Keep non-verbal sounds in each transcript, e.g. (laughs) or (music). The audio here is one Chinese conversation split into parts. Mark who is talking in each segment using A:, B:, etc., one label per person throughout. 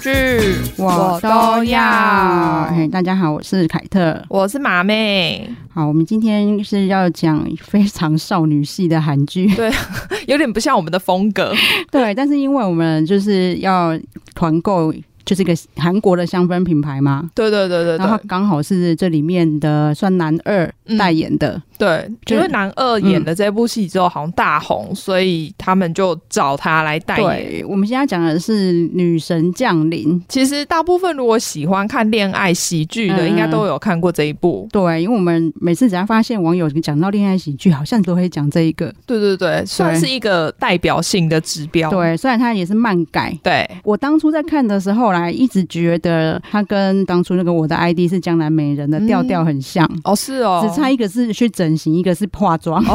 A: 剧，
B: 我都要
A: 嘿，大家好，我是凯特。
B: 我是马妹，
A: 好，我们今天是要讲非常少女系的韩剧，
B: (laughs) 有点不像我们的风格。
A: 对。但是因为我们就是要团购，就是一个韩国的香氛品牌嘛，
B: 对对对对
A: 然后
B: 对
A: 刚好是这里面的算男二
B: 嗯
A: 代言的，
B: 对，
A: 就嗯
B: 因为男二演了这部戏之后好像大红，所以他们就找他来代言。
A: 对。我们现在讲的是《女神降临》，
B: 其实大部分如果喜欢看恋爱喜剧的，
A: 嗯
B: 应该都有看过这一部。
A: 对，因为我们每次只要发现网友讲到恋爱喜剧，好像都会讲这一个。
B: 对对对，算是一个代表性的指标。
A: 对，虽然它也是漫改，
B: 对
A: 我当初在看的时候来，一直觉得它跟当初那个我的 ID 是江南美人的
B: 嗯
A: 调调很像，
B: 哦是哦，
A: 只差一个是去整形，一个是化妆。
B: (laughs)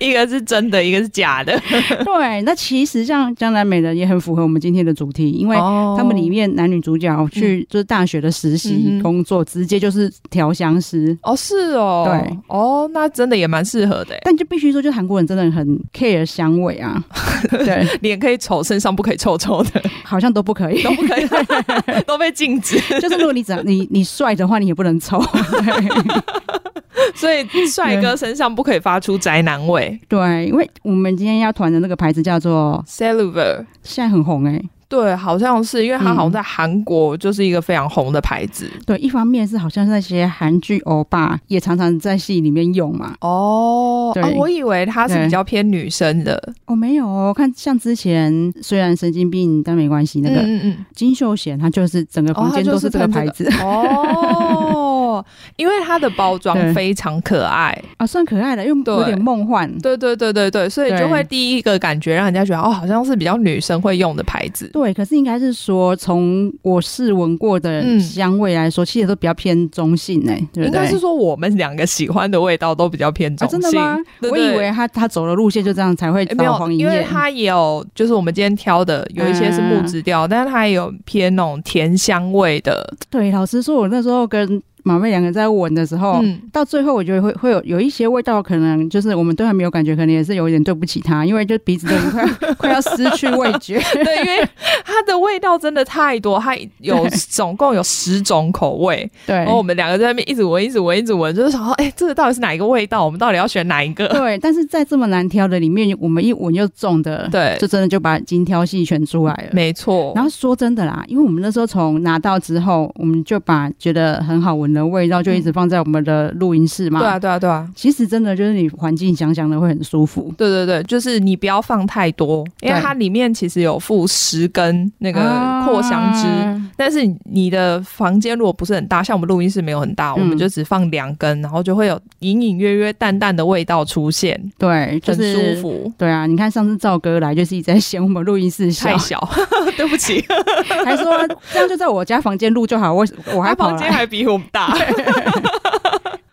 B: 一个是真的，一个是假的。
A: (laughs) 对，那其实像江南美人也很符合我们今天的主题，因为。
B: 哦
A: 他们里面男女主角去就是大学的实
B: 嗯
A: 习
B: 哼
A: 工作，直接就是调香师，
B: 哦是哦，
A: 对
B: 哦，那真的也蛮适合的，
A: 但就必须说，就韩国人真的很 care 香味
B: (laughs)
A: 啊，对，
B: 脸可以丑，身上不可以臭臭 (laughs) 的。
A: 好像都不可以，
B: 都不可 (laughs) 以，都被禁止。
A: (laughs) 就是如果你长你你帅的话，你也不能抽。
B: 所以帅哥身上不可以发出宅男味
A: (laughs) 对，因为我们今天要团的那个牌子叫做，
B: ，Silver。
A: 现在很红哎、
B: 对，好像是因为它好像在韩国就是一个非常红的牌子。
A: 对，一方面是好像是那些韩剧欧巴也常常在戏里面用嘛。
B: 哦
A: 对
B: 啊我以为它是比较偏女生的。
A: 哦，没有哦，看像之前虽然神经病但没关系，那个、
B: 嗯嗯
A: 金秀贤他就是整个
B: 哦
A: 房
B: 他
A: 间
B: 就
A: 都
B: 是
A: 是这个
B: 喷
A: 牌
B: 这
A: 子、
B: 个
A: (laughs)
B: 嗯。哦， (laughs) 因为它的包装
A: 对
B: 非常可爱。
A: 啊，算可爱的，又有
B: 对
A: 点梦幻。
B: 对对对对对，所以就
A: 对
B: 会第一个感觉让人家觉得哦，好像是比较女生会用的牌子。
A: 对，可是应该是说，从我试闻过的
B: 嗯
A: 香味来说，其实都比较偏中性哎、对不对？
B: 应该是说我们两个喜欢的味道都比较偏
A: 啊，
B: 中性。
A: 真的吗？
B: 对
A: 我
B: 对
A: 以为他他走的路线就这样才会
B: 诶
A: 找
B: 没有，
A: 黄莺
B: 因为
A: 燕。
B: 它也有，就是我们今天挑的有一些是木质
A: 嗯
B: 调，但是它也有偏那种甜香
A: (laughs)
B: 味的。
A: 对，老实说，我那时候跟马妹两个人在闻的时候。
B: 嗯，
A: 到最后，我觉得会会有有一些味道，可能就是我们对他没有感觉，可能也是有一点对不起他，因为就鼻子都已经快 (laughs) 要快要失去味
B: (laughs)
A: 觉。
B: 对，因为它的味道真的太多，它有总共有十种口味。
A: (laughs) 对
B: 然后我们两个在那边一直闻，一直闻，一直闻，就是想说，哎、这个到底是哪一个味道？我们到底要选哪
A: (laughs)
B: 一个？
A: 对，但是在这么难挑的里面，我们一闻就中的，
B: 对，
A: 就真的就把精挑细选出来了。
B: 没错。
A: 然后说真的啦，因为我们那时候从拿到之后，我们就把觉得很好闻的味道就一直放在我们的录音室嘛。
B: 对啊，对啊，对啊。
A: 其实真的就是你环境想想的会很舒服。
B: 对对对，就是你不要放太多，因为
A: 对
B: 它里面其实有附十根那个扩香枝，
A: 啊
B: 但是你的房间如果不是很大，像我们录音室没有很大，
A: 嗯
B: 我们就只放两根，然后就会有隐隐约约淡淡的味道出现，
A: 对，就
B: 很
A: 是
B: 舒。服。
A: 对啊，你看上次赵哥来就是一直在嫌我们录音室小
B: 太，小， (laughs) 对不起，
A: (laughs) 还说这样就在我家房间录就好，我 (laughs) 我还
B: 他
A: 跑
B: 房间
A: 来。
B: 还比我们
A: (laughs)
B: 大。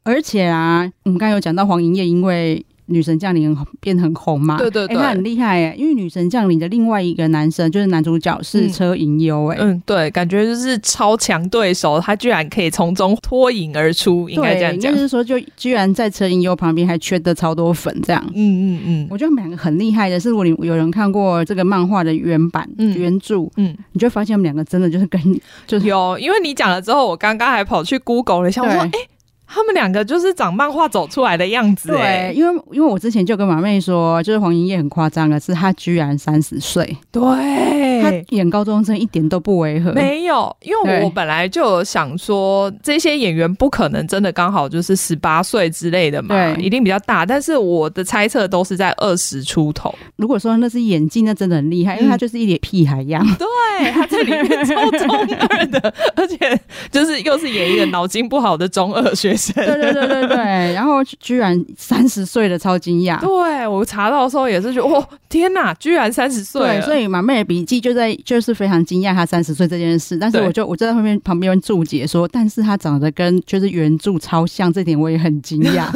A: 而且啊，我们刚刚有讲到黄莹叶，因为。女神降临很变很红嘛？
B: 对 (laughs) 对
A: 诶她
B: 对
A: 很厉害哎、因为女神降临的另外一个男生就是男主角是
B: 嗯
A: 车银优哎，
B: 嗯，对，感觉就是超强对手，他居然可以从中脱颖而出，应该这
A: 对，
B: 样
A: 应
B: 讲
A: 该。是说就居然在车银优旁边还缺的超多粉这样，
B: 嗯嗯嗯
A: 我觉得他们两个很厉害的是，如果你有人看过这个漫画的原版、
B: 嗯
A: 原著，
B: 嗯，
A: 你就会发现他们两个真的就是跟就是
B: 有，因为你讲了之后，我刚刚还跑去 Google 了一下，我说，哎、
A: 对
B: 他们两个就是长漫画走出来的样子、哎诶
A: 对，因为因为我之前就跟马妹说，就是黄莹叶很夸张的是，她居然三十岁，她
B: 对，
A: 演高中生一点都不违和。
B: 没有，因为
A: 对
B: 我本来就有想说，这些演员不可能真的刚好就是十八岁之类的嘛，
A: 对
B: 一定比较大。但是我的猜测都是在二十出头。
A: 如果说那是演技，那真的很厉害，因为她就是一脸屁孩样。
B: 对，他在里面超中二的， (laughs) 而且就是又是演一个脑筋不好的中二学生。
A: 对对对对对，然后居然三十岁了，超惊讶。
B: (laughs) 对我查到的时候也是觉得，哦，天哪，居然三十岁
A: 对，
B: 了！
A: 所以马妹的笔记就在就是非常惊讶她三十岁这件事，但是
B: 对
A: 我就我就在后面旁边注解说，但是她长得跟就是原著超像，这点我也很惊讶，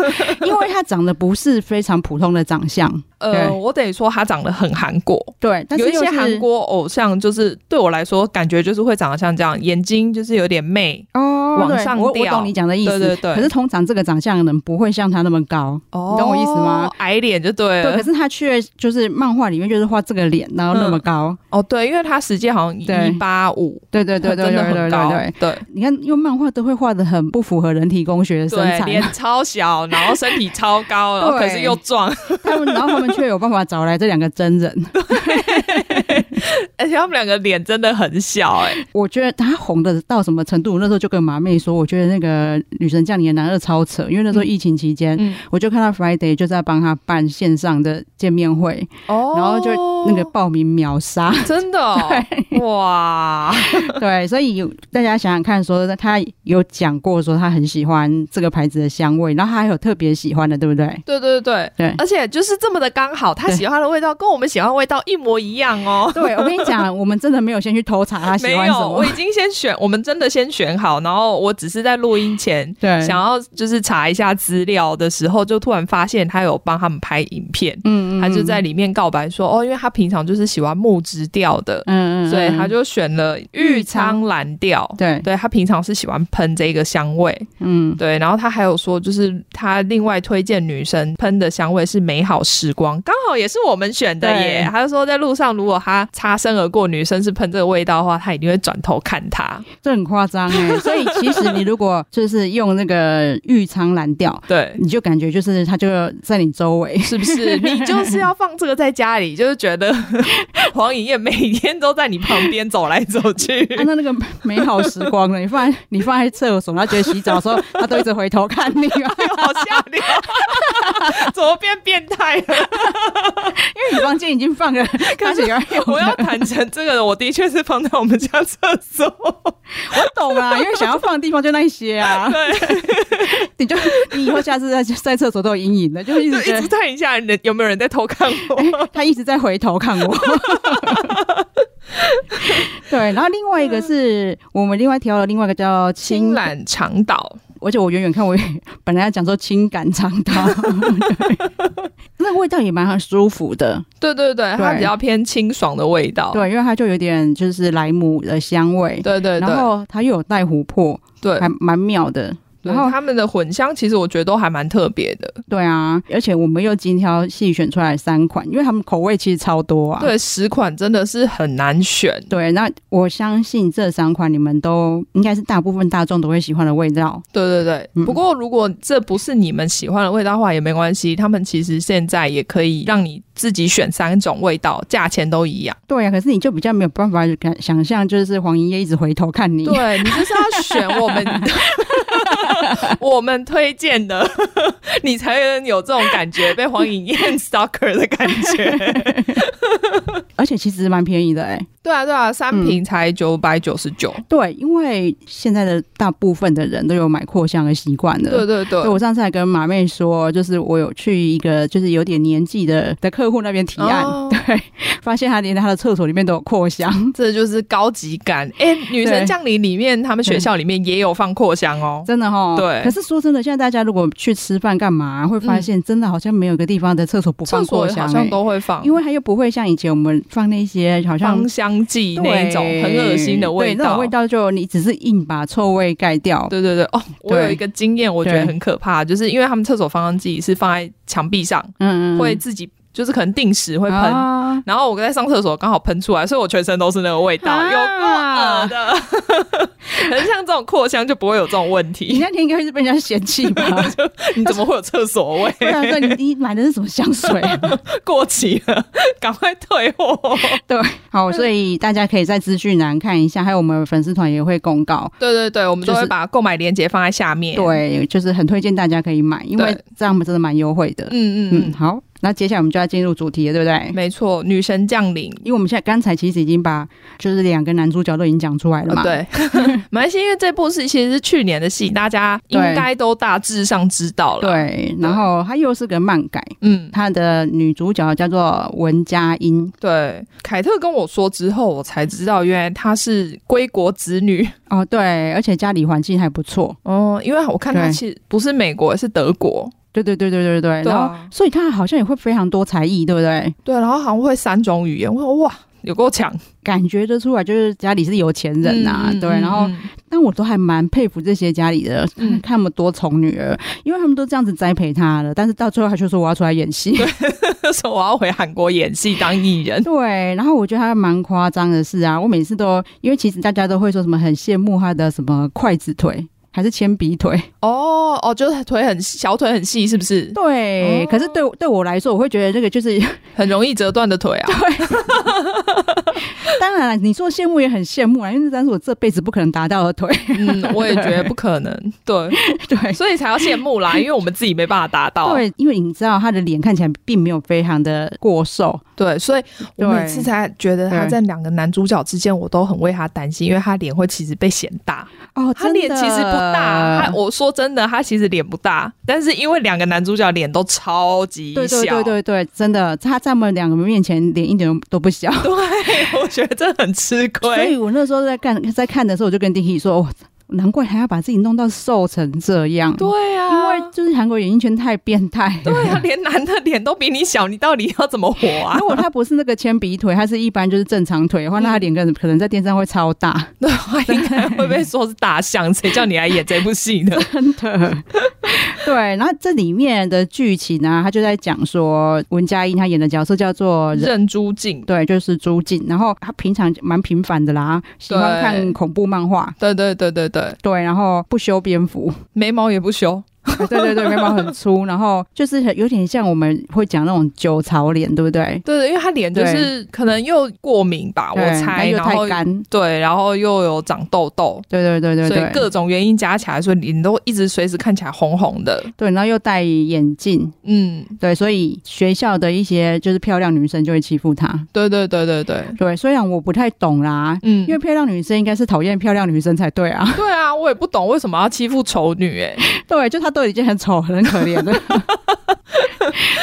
A: 因为她长得不是非常普通的长相，对
B: 呃，我得说他长得很韩国，
A: 对，但是
B: 有一
A: 又
B: 些
A: 是
B: 韩国偶像，就是对我来说，感觉就是会长得像这样，眼睛就是有点媚，
A: 哦，对
B: 往
A: 对
B: 上
A: 我我
B: 掉
A: 懂你讲的意思。
B: 对对对
A: 可是通常这个长相的人不会像他那么高，
B: 哦
A: 你懂我意思吗？
B: 矮脸就对
A: 对。
B: 了。
A: 可是他却就是漫画里面就是画这个脸，然后那么高。
B: 哦，对，因为他实际好像
A: 对
B: 一八五，
A: 对对对对对
B: 真的
A: 对对
B: 很
A: 对
B: 高
A: 对。，
B: 对
A: 你看，用漫画都会画的很不符合人体工学的身
B: 对，脸
A: 材，
B: 超小，然后身体超
A: (laughs)
B: 高，然后可
A: 对
B: 是又壮，
A: (laughs) 他们然后他们却有办法找来这两个真
B: (laughs)
A: 人。
B: 而且他们两个脸真的很小，哎，
A: 我觉得他红的到什么程度？我那时候就跟马妹说，我觉得那个《女神降临》的男二超扯，因为那时候疫情期间，
B: 嗯，
A: 我就看到 Friday 就在帮他办线上的见面会，
B: 哦
A: 然后就那 (laughs) 个报名秒杀。
B: 真的哦哇，
A: (laughs) 对，所以有大家想想看说他有讲过说他很喜欢这个牌子的香味，然后他还有特别喜欢的，对不对？
B: 对对对
A: 对
B: 而且就是这么的刚好，他
A: 对
B: 喜欢的味道跟我们喜欢的味道一模一样哦。
A: 对，我跟你讲，我们真的没有先去偷查他喜
B: 没
A: 欢什 (laughs)
B: 有，我
A: 么
B: 已。经先选，我们真的先选好，然后我只是在录
A: (laughs)
B: 音前
A: 对，
B: 想要就是查一下资料的时候，就突然发现他有帮他们拍影片，
A: 嗯，嗯
B: 他就在里面告白说，哦，因为他平常就是喜欢木质调的，
A: 嗯嗯嗯，嗯
B: 所以他就选了玉苍蓝调。
A: 对，
B: 对他平常是喜欢喷这个香味，
A: 嗯，
B: 对，然后他还有说，就是他另外推荐女生喷的香味是美好时光，刚好也是我们选的
A: 对
B: 耶。他就说，在路上如果他擦身而过，女生是喷这个味道的话，他一定会转头看他。
A: 这很夸张哎。所以其实你如果就是用那个玉苍蓝调，
B: 对，
A: 你就感觉就是它就在你周 (laughs) 围。
B: 是不是？你就是要放这个在家里，就是觉得 (laughs) 黄颖燕每天都在你旁边走来走去。 (laughs)
A: 按照啊那个美好时光呢，你放在你放在厕所，他觉得洗澡的时候，他都一直回头看你啊，
B: 哎呦好下流，怎么变变态
A: (laughs)
B: 了？
A: 因为你房间已经放了，开始有人用
B: 我要坦诚，这个我的确是放在我们家厕所。
A: 懂啊啦，因为想要放的地方就那一些 (laughs) 啊。对，你就你以后下次在在厕所都有阴影的，就一
B: 就
A: 直觉
B: 一直
A: 得
B: 看一下人有没有人在偷看我。
A: 他一直在回头看 (laughs) 我。对，然后另外一个是我们另外挑了另外一个叫
B: 青
A: (laughs) 嗯青，
B: 蓝长岛，
A: 而且我远远看我也 (laughs) 本来要讲说青感长岛， (laughs) 对那个味道也蛮舒服的，
B: 对对对，它比较偏清爽的味道。
A: 对，因为它就有点就是莱姆的香味，
B: 对对
A: 然
B: 对
A: 后它又有带琥珀，
B: 对
A: 还蛮妙的。
B: 对，
A: 然后
B: 他们的混香其实我觉得都还蛮特别的。
A: 对啊，而且我们又精挑细选出来三款，因为他们口味其实超多啊。
B: 对，十款真的是很难选。
A: 对，那我相信这三款你们都应该是大部分大众都会喜欢的味道。
B: 对对对，
A: 嗯
B: 不过如果这不是你们喜欢的味道的话也没关系，他们其实现在也可以让你自己选三种味道，价钱都一样。
A: 对啊，可是你就比较没有办法感想象，就是黄莹叶一直回头看你。
B: 对你就是要选我们
A: (laughs)
B: 我们推荐的， (laughs) 你才能有这种感觉，被黄颖燕 stalker 的感
A: (laughs)
B: 觉。
A: 而且其实蛮便宜的哎、
B: 对啊，对啊，三瓶才九百九十九。
A: 对，因为现在的大部分的人都有买扩香的习惯了。
B: 对对对
A: 对，。我上次还跟马妹说，就是我有去一个就是有点年纪的的客户那边提案，
B: 哦
A: 对，发现他连他的厕所里面都有扩香，
B: 这就是高级感。哎、女神
A: 对
B: 降临里面，他们学校里面也有放扩香哦。
A: 真的哈。
B: 对
A: 可是说真的，现在大家如果去吃饭干嘛，会发现真的好像没有一个地方的厕所不放
B: 嗯厕所
A: 扩
B: 好
A: 香、
B: 像
A: 欸，
B: 都会放，
A: 因为它又不会像以前我们放那些好像
B: 芳。香剂
A: 对
B: 那一种很恶心的味
A: 对，那
B: 道。
A: 种味道就你只是硬把臭味盖掉，
B: 对对对哦，我
A: 对
B: 有一个经验，我觉得
A: 对
B: 很可怕，就是因为他们厕所芳香剂是放在墙壁上，
A: 嗯嗯，
B: 会自己就是可能定时会喷。
A: 啊
B: 然后我在上厕所刚好喷出来，所以我全身都是那个味道，
A: 啊
B: 有够恶的。 (laughs) 很像这种扩香就不会有这种问
A: 你
B: 题。
A: 那天应该是被人家嫌弃
B: (laughs)
A: 吧？
B: 你怎么会有厕所味
A: 不然说你你买的是什么香
B: (laughs)
A: 水啊？
B: 过期了？赶快退
A: (laughs)
B: 货！
A: 对，好，所以大家可以在资讯栏看一下，还有我们粉丝团也会公告。
B: 对对对，我们都
A: 就
B: 会
A: 是
B: 把购买链接放在下面。，
A: 对，就是很推荐大家可以买，因为
B: 对
A: 这样我们真的蛮优惠的。
B: 嗯嗯
A: 嗯，
B: 嗯，
A: 好，那接下来我们就要进入主题了，对不对？
B: 没错，女神降临。
A: 因为我们现在刚才其实已经把就是两个男主角都已经讲出来了
B: 呃
A: 嘛，， (laughs)
B: 对，马来西亚因为这部是其实是去年的戏，大家应
A: 对
B: 该都大致上知道了。，
A: 对，然后他又是个漫改，
B: 嗯，
A: 他的女主角叫做文佳音
B: 对。凯特跟我说之后，我才知道原来她是归国子女。
A: 哦，对，而且家里环境还不错，
B: 哦，因为我看她
A: 对
B: 其实不是美国，是德国。
A: 对对对对对对，
B: 对
A: 然
B: 啊
A: 后所以他好像也会非常多才艺，对不对？
B: 对，然后好像会三种语言，我说哇，有够强。
A: 感觉得出来，就是家里是有钱人啊，
B: 嗯
A: 对。然后，
B: 嗯
A: 但我都还蛮佩服这些家里的，
B: 嗯
A: 看他们多宠女儿，因为他们都这样子栽培她了，但是到最后她就说我要出来演戏，
B: 嗯说我要回韩国演戏当艺 (laughs) 人，
A: 对，然后我觉得他蛮夸张的是啊，我每次都因为其实大家都会说什么很羡慕他的什么筷子腿。还是铅笔腿，
B: 哦哦，就是腿很细小腿很细，是不是？
A: 对。
B: 哦
A: 可是对我对我来说，我会觉得这个就是， (laughs)
B: 很容易折断的腿啊！
A: 当然了，你说羡慕也很羡慕啊，因为那是我这辈子不可能达到的腿。 (laughs)
B: 嗯，我也觉得不可能，对，
A: 对，
B: 所以才要羡慕啦，因为我们自己没办法达 (laughs) 到。
A: 对，因为你知道他的脸看起来并没有非常的过瘦，
B: 对，所以我
A: 对
B: 每次才觉得他在两个男主角之间，我都很为他担心，因为他脸会其实被显大。
A: 哦，
B: 他脸其实不大，他我说真的，他其实脸不大，但是因为两个男主角脸都超级小，
A: 对对对对对，真的，他在我们两个面前脸一点都都不小。
B: 对我觉得这很吃
A: 所
B: 亏。
A: 以我那时候在看在看的时候，我就跟丁喜说，哦，难怪还要把自己弄到瘦成这样，
B: 对
A: 因
B: 啊，
A: 为就是韩国演艺圈太变态了。
B: 对啊，连男的脸都比你小，你到底要怎么活啊
A: (laughs) 如？果他不是那个铅笔腿，他是一般就是正常腿的话，那他脸可能可能在电视上会超大，
B: 对，我应该会被说是大象，谁叫你来演这部戏呢？
A: 真的。对，然后这里面的剧情呢、他就在讲说文佳音她演的角色叫做人。
B: 任朱静，
A: 对，就是朱静，然后她平常蛮平凡的啦，喜欢看恐怖漫画，
B: 对对对对对，
A: 对，然后不修边幅，
B: 眉毛也不修，
A: 啊 (laughs) 对对对，眉毛很
B: (laughs)
A: 粗，然后就是很有点像我们会讲那种九槽脸，对不对？
B: 对对，因为他脸就是可能又过敏吧，啊我
A: 对然后
B: 猜，
A: 又
B: 然后
A: 太干，
B: 对，然后又有长痘痘，
A: 对对对对
B: 所
A: 对
B: 以，各种原因加起来，所以你都一直随时看起来红红的。
A: 对，然后又戴眼镜，
B: 嗯，
A: 对，所以学校的一些就是漂亮女生就会欺负她。
B: 对对对对对，
A: 对，虽然我不太懂啦，
B: 嗯，
A: 因为漂亮女生应该是讨厌漂亮女生才对啊。 (laughs)
B: 对啊，我也不懂为什么要欺负丑女、欸，哎，
A: 对，就她都已经很丑、很可
B: (laughs)
A: 怜了。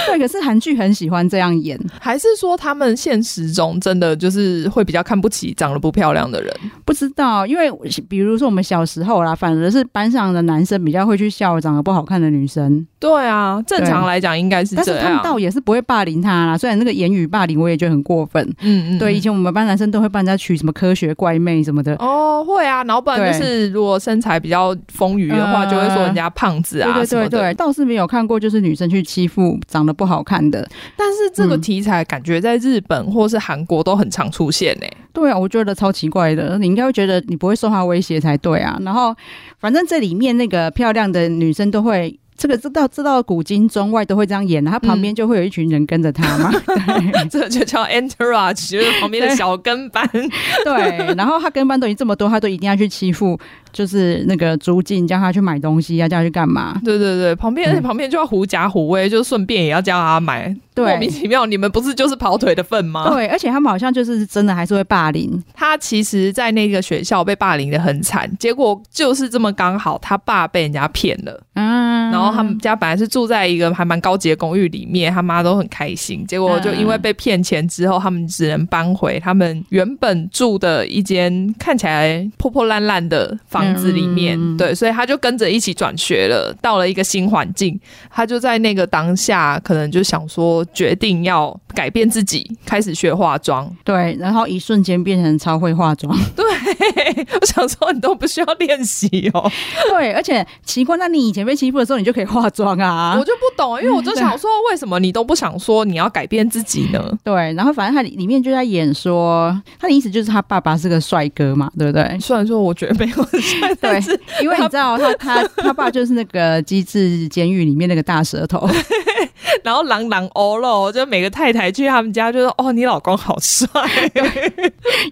A: 对，可是韩剧很喜欢这样演。
B: 还是说他们现实中真的就是会比较看不起长得不漂亮的人？
A: 不知道，因为比如说我们小时候啦，反而是班上的男生比较会去笑长得不好看的女生，
B: 对啊，正常来讲应该是啊
A: 但
B: 这
A: 是他们
B: 样。
A: 倒也是不会霸凌她啦。虽然那个言语霸凌，我也觉得很过分。
B: 嗯嗯，
A: 对，以
B: 嗯
A: 前我们班男生都会帮人家取什么科学怪妹什么的。
B: 哦会啊，然后不然就是如果身材比较丰腴的话，
A: 嗯
B: 就会说人家胖子啊
A: 对
B: 什
A: 对对
B: 么
A: 对，
B: 的
A: 倒是没有看过，就是女生去欺负长得不好看的。
B: 但是这个
A: 嗯
B: 题材感觉在日本或是韩国都很常出现欸 (laughs) 诶、
A: 对啊，我觉得超奇怪的。你应该会觉得你不会受她威胁才对啊。然后，反正这里面那个漂亮的女生都会。这个知道知道古今中外都会这样演，她
B: 嗯
A: 旁边就会有一群人跟着她
B: (laughs)
A: 嘛。
B: 这就叫 entourage，就是旁边的小跟班。
A: 对，然后他跟班都已经这么多，他都一定要去欺负，就是那个朱静，叫他去买东西啊，叫他去干嘛？
B: (laughs) 对对对，旁边、而且旁边就要狐假虎威，就顺便也要叫他买。莫
A: 对。
B: 名其妙，你们不是就是跑腿的份吗？
A: 对，而且他们好像就是真的还是会霸凌，
B: 他其实，在那个学校被霸凌的很惨，结果就是这么刚好，他爸被人家骗了。
A: 嗯，
B: 然后他们家本来是住在一个还蛮高级的公寓里面，他妈都很开心。结果就因为被骗钱之后，他们只能搬回他们原本住的一间看起来破破烂烂的房子里面。
A: 嗯
B: 对，所以他就跟着一起转学了，到了一个新环境。他就在那个当下，可能就想说决定要改变自己，开始学化 (laughs) 妆。
A: 对，然后一瞬间变成超会化
B: (laughs)
A: 妆，
B: 我想说，你都不需要练习哦。
A: 对，而且奇怪，那你以前被欺负的时候，你就可以化妆啊
B: 我，就不懂，因为我就想说，为什么你都不想说你要改变自己呢？
A: 对，然后反正他里里面就在演说，他的意思就是他爸爸是个帅哥嘛，对不
B: (laughs)
A: 对？
B: 虽然说我觉得没有 (laughs) 帅，但是
A: 因为你知道他他他爸就是那个机智监狱里面那个大舌
B: (laughs)
A: 头，
B: 然后朗朗欧喽，就每个太太去他们家就说：“哦，你老公好帅。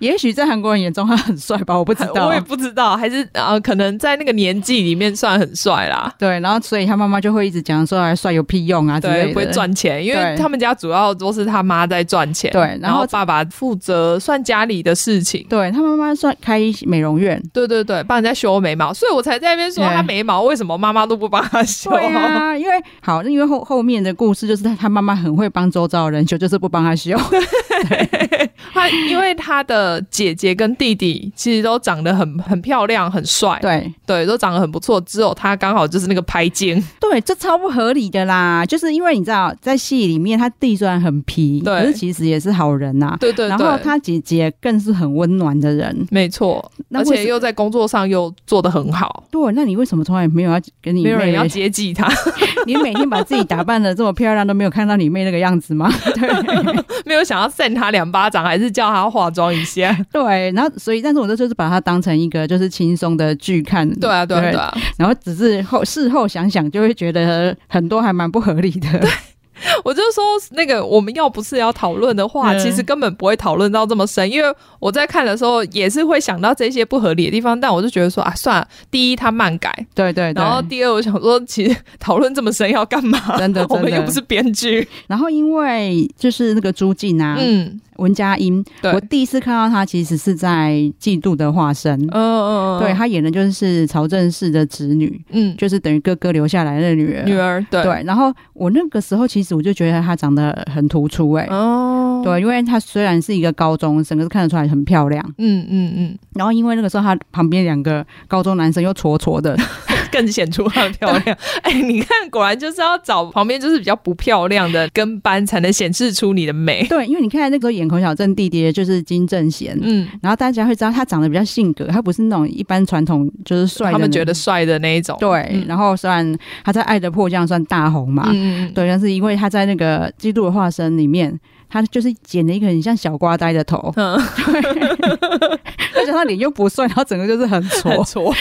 A: 也许在韩国人眼中他很帅吧，我不知道，
B: 我也不知道，还是啊、呃可能在那个年纪里面算很帅啦。
A: 对，然后所以他妈妈就会一直讲说哎帅有屁用啊之类
B: 对，
A: 的，
B: 不会赚钱，因为
A: 对
B: 他们家主要都是他妈在赚钱，
A: 对然
B: 然
A: 后
B: 后爸爸负责算家里的事情。
A: 对他妈妈算开美容院，
B: 对对对，帮人家修眉毛，所以我才在那边说
A: 对
B: 他眉毛为什么妈妈都不帮他修。
A: 对啊，因为好，那因为后后面的故事就是他他妈妈很会帮周遭的人修，就是不帮他
B: (laughs)
A: 修，
B: (laughs) 他因为他的姐姐跟弟弟其实都长得很很漂亮，很帅，
A: 对
B: 对，都长得很不错，只有他刚好就是那个拍肩。
A: (laughs) 对，对，这超不合理的啦！就是因为你知道，在戏里面他弟虽然很皮，
B: 对
A: 可是其实也是好人呐、
B: 对对对，
A: 然后他姐姐更是很温暖的人，
B: 没错，
A: 那
B: 而
A: 为
B: 且
A: 什
B: 又在工作上又做得很好，
A: 对，那你为什么从来没有要跟你
B: 没有人
A: 妹 (laughs)
B: 要
A: 妹？
B: 接济他， (laughs)
A: 你每天把自己打扮的这么漂亮，都没有看到你妹那个样子吗？对
B: 没有想要扇他两巴掌，还是叫他化妆一下。
A: (laughs) 对，然后所以，但是我这就是把它当成一个就是轻松的剧看，
B: 对啊，对啊，对啊！
A: 然后只是后事后想想，就会觉得很多还蛮不合理的。
B: 我就说那个我们要不是要讨论的话，
A: 嗯
B: 其实根本不会讨论到这么深，因为我在看的时候也是会想到这些不合理的地方，但我就觉得说啊，算了，第一他慢改，
A: (laughs) 对对对，
B: 然后第二我想说，其实讨论这么深要干嘛？
A: 真的
B: (laughs) 我们
A: 真的
B: 又不是编剧，
A: 然后因为就是那个朱静啊，
B: 嗯，
A: 文佳音，
B: 对
A: 我第一次看到她其实是在《嫉妒的化身》
B: 嗯嗯，嗯
A: 对，她演的就是曹正奭的侄女，
B: 嗯，
A: 就是等于哥哥留下来的女儿。
B: 女儿，对，
A: 对，然后我那个时候其实我就觉得她长得很突出、哎、
B: 哦，，
A: 对，因为她虽然是一个高中生，可是看得出来很漂亮。
B: 嗯嗯嗯。
A: 然后因为那个时候她旁边两个高中男生又矬矬的，
B: 更显出她的漂亮。 (laughs) 哎、你看，果然就是要找旁边就是比较不漂亮的跟班，才能显示出你的美。
A: (laughs) 对，因为你看那个时候演孔小正弟弟的就是金正贤，
B: 嗯，
A: 然后大家会知道他长得比较性格，他不是那种一般传统就是帅的那种，
B: 他们觉得帅的那一种。
A: 对。
B: 嗯
A: 然后虽然他在《爱的迫降》算大红嘛，
B: 嗯，嗯，
A: 对，但是因为他在那个《基督的化身》里面，他就是剪了一个很像小瓜呆的头， (laughs)
B: 嗯
A: 而且他脸又不帅，然后整个就是很
B: 很
A: 挫。
B: 挫，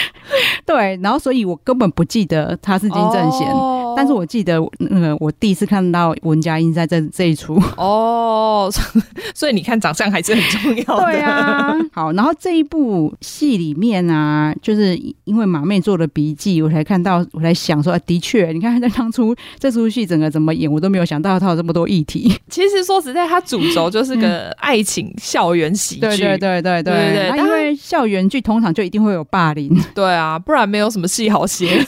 A: 对，然后所以我根本不记得他是金正贤。
B: 哦
A: 但是我记得，呃，我第一次看到文佳音在这这一出，
B: 哦， (laughs) 所以你看长相还是很重要的。
A: 对啊， (laughs) 好，然后这一部戏里面啊，就是因为马妹做的笔记，我才看到，我才想说，啊的确，你看他当初这出戏整个怎么演，我都没有想到他有这么多议题。
B: 其实说实在，它主轴就是个爱情校园喜
A: (laughs)
B: 剧，
A: 对对对对
B: 嗯对对对
A: 那
B: 当
A: 因
B: 然
A: 为校园剧通常就一定会有霸 (laughs) 凌，
B: 对啊，不然没有什么戏好写。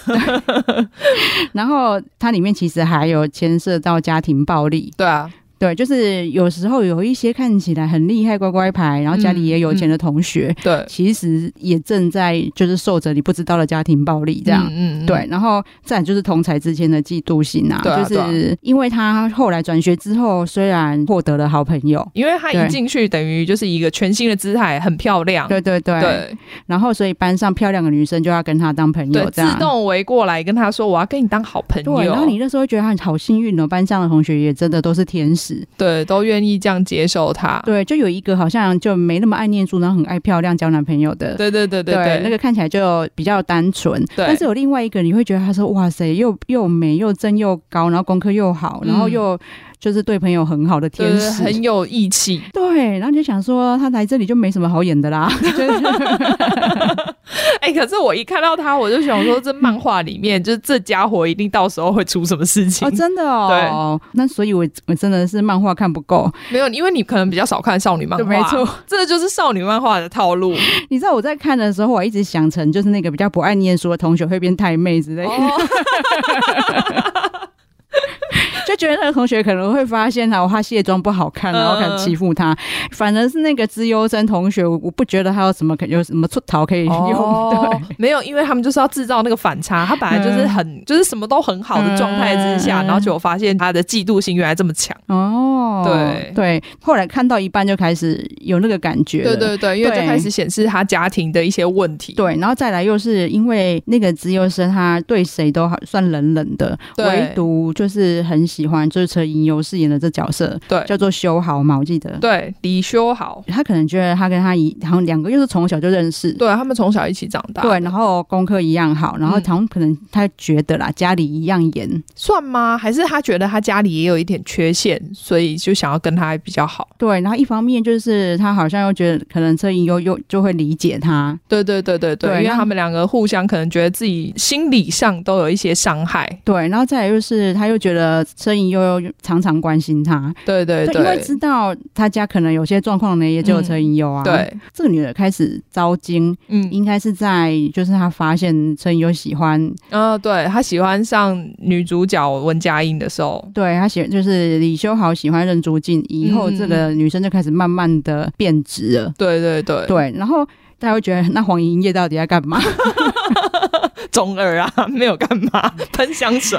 A: 然后它里面其实还有牵涉到家庭暴力。
B: (laughs) 对啊，
A: 对，就是有时候有一些看起来很厉害乖乖牌，然后家里也有钱的同学，
B: 对，
A: 其实也正在就是受着你不知道的家庭暴力这样。
B: 嗯嗯嗯
A: 对，然后再来就是同才之间的嫉妒心啊，
B: 对啊
A: 就
B: 对啊
A: 是因为他后来转学之后，虽然获得了好朋友，
B: 因为他一
A: 对
B: 进去等于就是一个全新的姿态，很漂亮。
A: 对对对，
B: 嗯对，
A: 然后所以班上漂亮的女生就要跟他当朋
B: 对
A: 友，，这
B: 自
A: 样。
B: 动围过来跟他说：“我要跟你当好朋
A: 对，然后你
B: 友。
A: 那时候会觉得他好幸运哦，班上的同学也真的都是天使。”
B: 对，都愿意这样接受他。
A: 对，就有一个好像就没那么爱念书，然后很爱漂亮、交男朋友的。
B: 对对对对
A: 那个看起来就比较单纯。
B: 对
A: 但是有另外一个，你会觉得他说哇塞，又又美又正又高，然后功课又好，然后
B: 嗯
A: 又就是对朋友很好的
B: 对
A: 天使，
B: 很有义气。 (laughs)
A: (laughs) 对，然后你就想说他来这里就没什么好演的 (laughs) 啦，
B: 哎、可是我一看到他，我就想说，这漫画里面就是这家伙一定到时候会出什么事情。
A: 哦，真的哦，那所以我我真的是漫画看不够，
B: 没有，因为你可能比较少看少女漫画，
A: 对没错，
B: 这就是少女漫画的套路。
A: 你知道我在看的时候，我一直想成就是那个比较不爱念书的同学会变太妹之类的，
B: 哦，
A: 就觉得那个同学可能会发现他我他卸妆不好看，然后可能欺负他，反而是那个资优生同学，我我不觉得他有什么可有什么出逃可以用，
B: 哦
A: 对。
B: 没有，因为他们就是要制造那个反差。他本来就是很，就是什么都很好的状态之下，
A: 嗯
B: 然后结果发现他的嫉妒心原来这么强。
A: 哦，
B: 对
A: 对，后来看到一半就开始有那个感觉了，
B: 对对对，因为就
A: 对
B: 开始显示他家庭的一些问题。
A: 对，然后再来又是因为那个资优生，他对谁都好算冷冷的，
B: 对
A: 唯独就是很喜欢就是车银优饰演的这角色，
B: 对
A: 叫做修豪嘛，我记得。
B: 对，李修豪，
A: 他可能觉得他跟他一，好像两个又是从小就认识，
B: 对嗯他们从小一起长大，
A: 对，然后功课一样好，然后好像可能他觉得啦，家里一样严，
B: 算吗？还是他觉得他家里也有一点缺陷，所以就想要跟他比较好？
A: 对，然后一方面就是他好像又觉得可能车银优又就会理解他，
B: 对对对对对，
A: 对
B: 因为
A: 那
B: 他们两个互相可能觉得自己心理上都有一些伤害。
A: 对，然后再来就是他又觉得车银优又常常关心他，
B: 对对嗯
A: 对，因为知道他家可能有些状况呢，也只有车银优啊。，
B: 对，
A: 这个女的开始招惊，
B: 嗯，
A: 应该是在就是她发现车银优喜欢，
B: 呃，对他喜欢上女主角文佳音的时候，
A: 对她喜就是李修豪喜欢任竹静，以后
B: 嗯嗯
A: 这个女生就开始慢慢的变质
B: 嗯
A: 了。
B: 对对对， (laughs)
A: 对，然后。大家会觉得那黄莹烨到底在干嘛？
B: 中二啊，没有干 (laughs) 嘛，喷香水。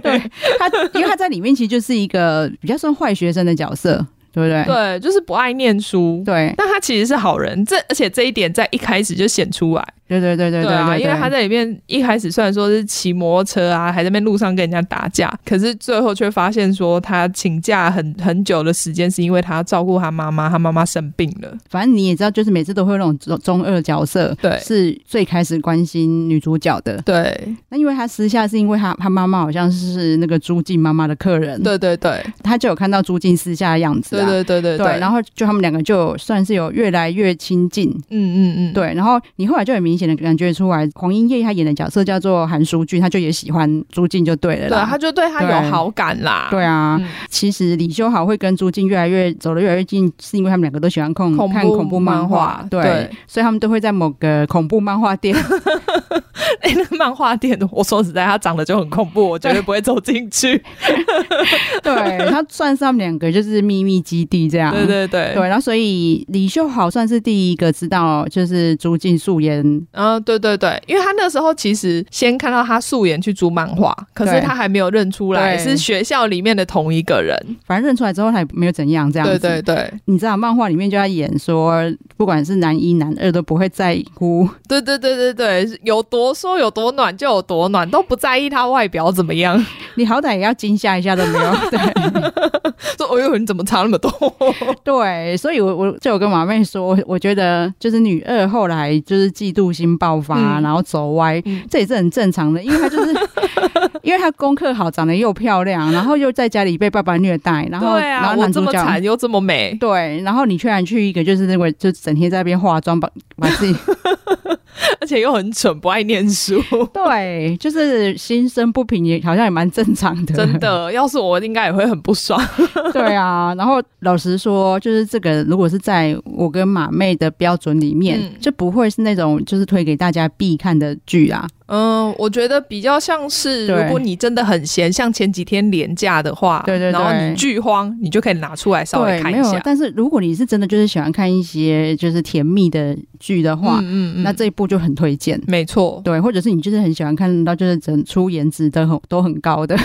A: 对他，因为他在里面其实就是一个比较算坏学生的角色，对不对？
B: 对，就是不爱念书。
A: 对
B: 但他其实是好人，这而且这一点在一开始就显出来，
A: 对对对对对
B: 啊，
A: 对
B: 因为他在里面一开始虽然说是骑摩托车啊，还在那边路上跟人家打架，可是最后却发现说他请假很很久的时间是因为他要照顾他妈妈，他妈妈生病了，
A: 反正你也知道，就是每次都会有那种中中二角色，
B: 对
A: 是最开始关心女主角的。
B: 对，
A: 那因为他私下是因为他他妈妈好像是那个朱静妈妈的客人，，
B: 对对对，
A: 他就有看到朱静私下的样子、啊，
B: 对对对对
A: 对然
B: 后
A: 后就他们两个就算是有越来越亲近。
B: 嗯嗯嗯，
A: 对，然后你后来就很明显的感觉出来，黄英烨他演的角色叫做韩淑俊，他就也喜欢朱静就对了
B: 对，
A: 啦。
B: 他就对他有好感啦，
A: 对啊，
B: 嗯
A: 其实李修豪会跟朱静越来越走得越来越近，是因为他们两个都喜欢恐
B: 恐怖
A: 看恐怖漫画
B: 漫画
A: 对，
B: 对
A: 所以他们都会在某个恐怖漫画店 (laughs)
B: 哎、那个漫画店，我说实在，他长得就很恐怖，我绝对不会走进去。
A: 对，他算是他们两个就是秘密基地这样。
B: 对对对，
A: 对，然后所以李秀豪算是第一个知道，就是朱静素颜。
B: 嗯，对对对，因为他那时候其实先看到他素颜去租漫画，可是
A: 对
B: 他还没有认出来
A: 对
B: 是学校里面的同一个人。
A: 反正认出来之后，他也没有怎样这样
B: 对
A: 子。
B: 对对
A: 你知道漫画里面就在演说，不管是男一男二都不会在乎， (laughs)
B: 对对对对对，有多说有多暖就有多暖，都不在意他外表怎么样。
A: 你好歹也要惊吓一下都没有。 (laughs) 对
B: 说哎呦，你怎么差那么多？
A: 对，所以我我就有跟马妹说，我我觉得就是女二后来就是嫉妒心爆发，
B: 嗯
A: 然后走歪，
B: 嗯
A: 这也是很正常的，因为她
B: (laughs)
A: 就是因为她功课好，长得又漂亮，然后又在家里被爸爸虐待，然后、
B: 对
A: 然
B: 啊，
A: 后
B: 我
A: 男
B: 这
A: 主
B: 么
A: 角
B: 惨又这么美，
A: 对，然后你居然去一个就是那个就整天在那边化妆，把把自
B: (laughs)
A: 己
B: 而且又很蠢，不爱念书。
A: 对，就是心生不平也好像也蛮正常的，
B: 真。的，要是我应该也会很不爽。
A: 对啊，然后老实说，就是这个如果是在我跟马妹的标准里面，
B: 嗯
A: 就不会是那种就是推给大家必看的剧啊。
B: 嗯，我觉得比较像是，
A: 对
B: 如果你真的很闲，像前几天廉价的话，
A: 对对对
B: 然后你剧荒，你就可以拿出来稍微
A: 对，
B: 看
A: 没
B: 一
A: 有
B: 下。。
A: 但是如果你是真的就是喜欢看一些就是甜蜜的剧的话，
B: 嗯
A: 那这一部就很推荐。
B: 没错，
A: 对，或者是你就是很喜欢看到就是整出颜值都很都很高的，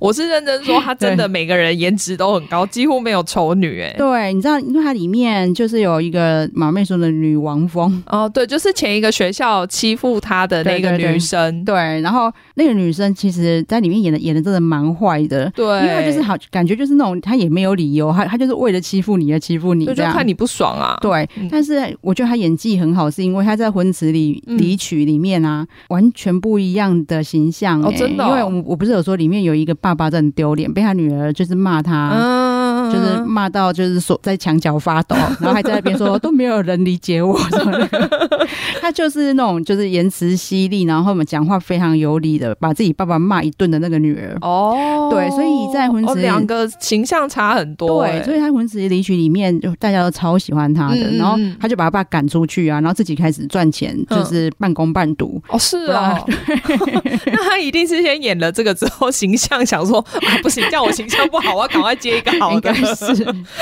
B: 我是认真说，他真的每个人颜值都很高，几乎没有丑女哎、
A: 对，你知道，因为它里面就是有一个马妹说的女王
B: (laughs)
A: 风，
B: 哦，对，就是前一个学校欺负他的那个
A: 对对对
B: 女生，
A: 对，然后那个女生其实在里面演的演的真的蛮坏的。
B: 对，
A: 因为她就是好，感觉就是那种她也没有理由，她她就是为了欺负你而欺负你
B: 就
A: 这
B: 就
A: 样。
B: 看你不爽啊。
A: 对，
B: 嗯
A: 但是我觉得她演技很好，是因为她在《婚词里
B: 嗯
A: 离曲》里面啊，完全不一样的形象、
B: 哦
A: 欸
B: 真的哦
A: 因为我我不是有说里面有一个爸爸真的很丢脸，被他女儿就是骂他。
B: 嗯，
A: 就是骂到就是说在墙角发抖，然后还在那边说 (laughs) 都没有人理解我什么的。 (laughs) 他就是那种就是言辞犀利，然后我们讲话非常有理的，把自己爸爸骂一顿的那个女儿。
B: 哦，
A: 对所以在婚
B: 哦
A: 史
B: 两个形象差很多、欸
A: 对，所
B: 以
A: 以他《魂词离曲》里面就大家都超喜欢他的，
B: 嗯嗯嗯
A: 然后他就把他爸赶出去啊，然后自己开始赚钱，
B: 嗯
A: 就是半工半读。
B: 哦，是
A: 对啊 (laughs)
B: 哦，那他一定是先演了这个之后，形象想说啊，不行，这样我形象不好，我要赶快接一个好
A: 应
B: 的
A: 该。是 (laughs)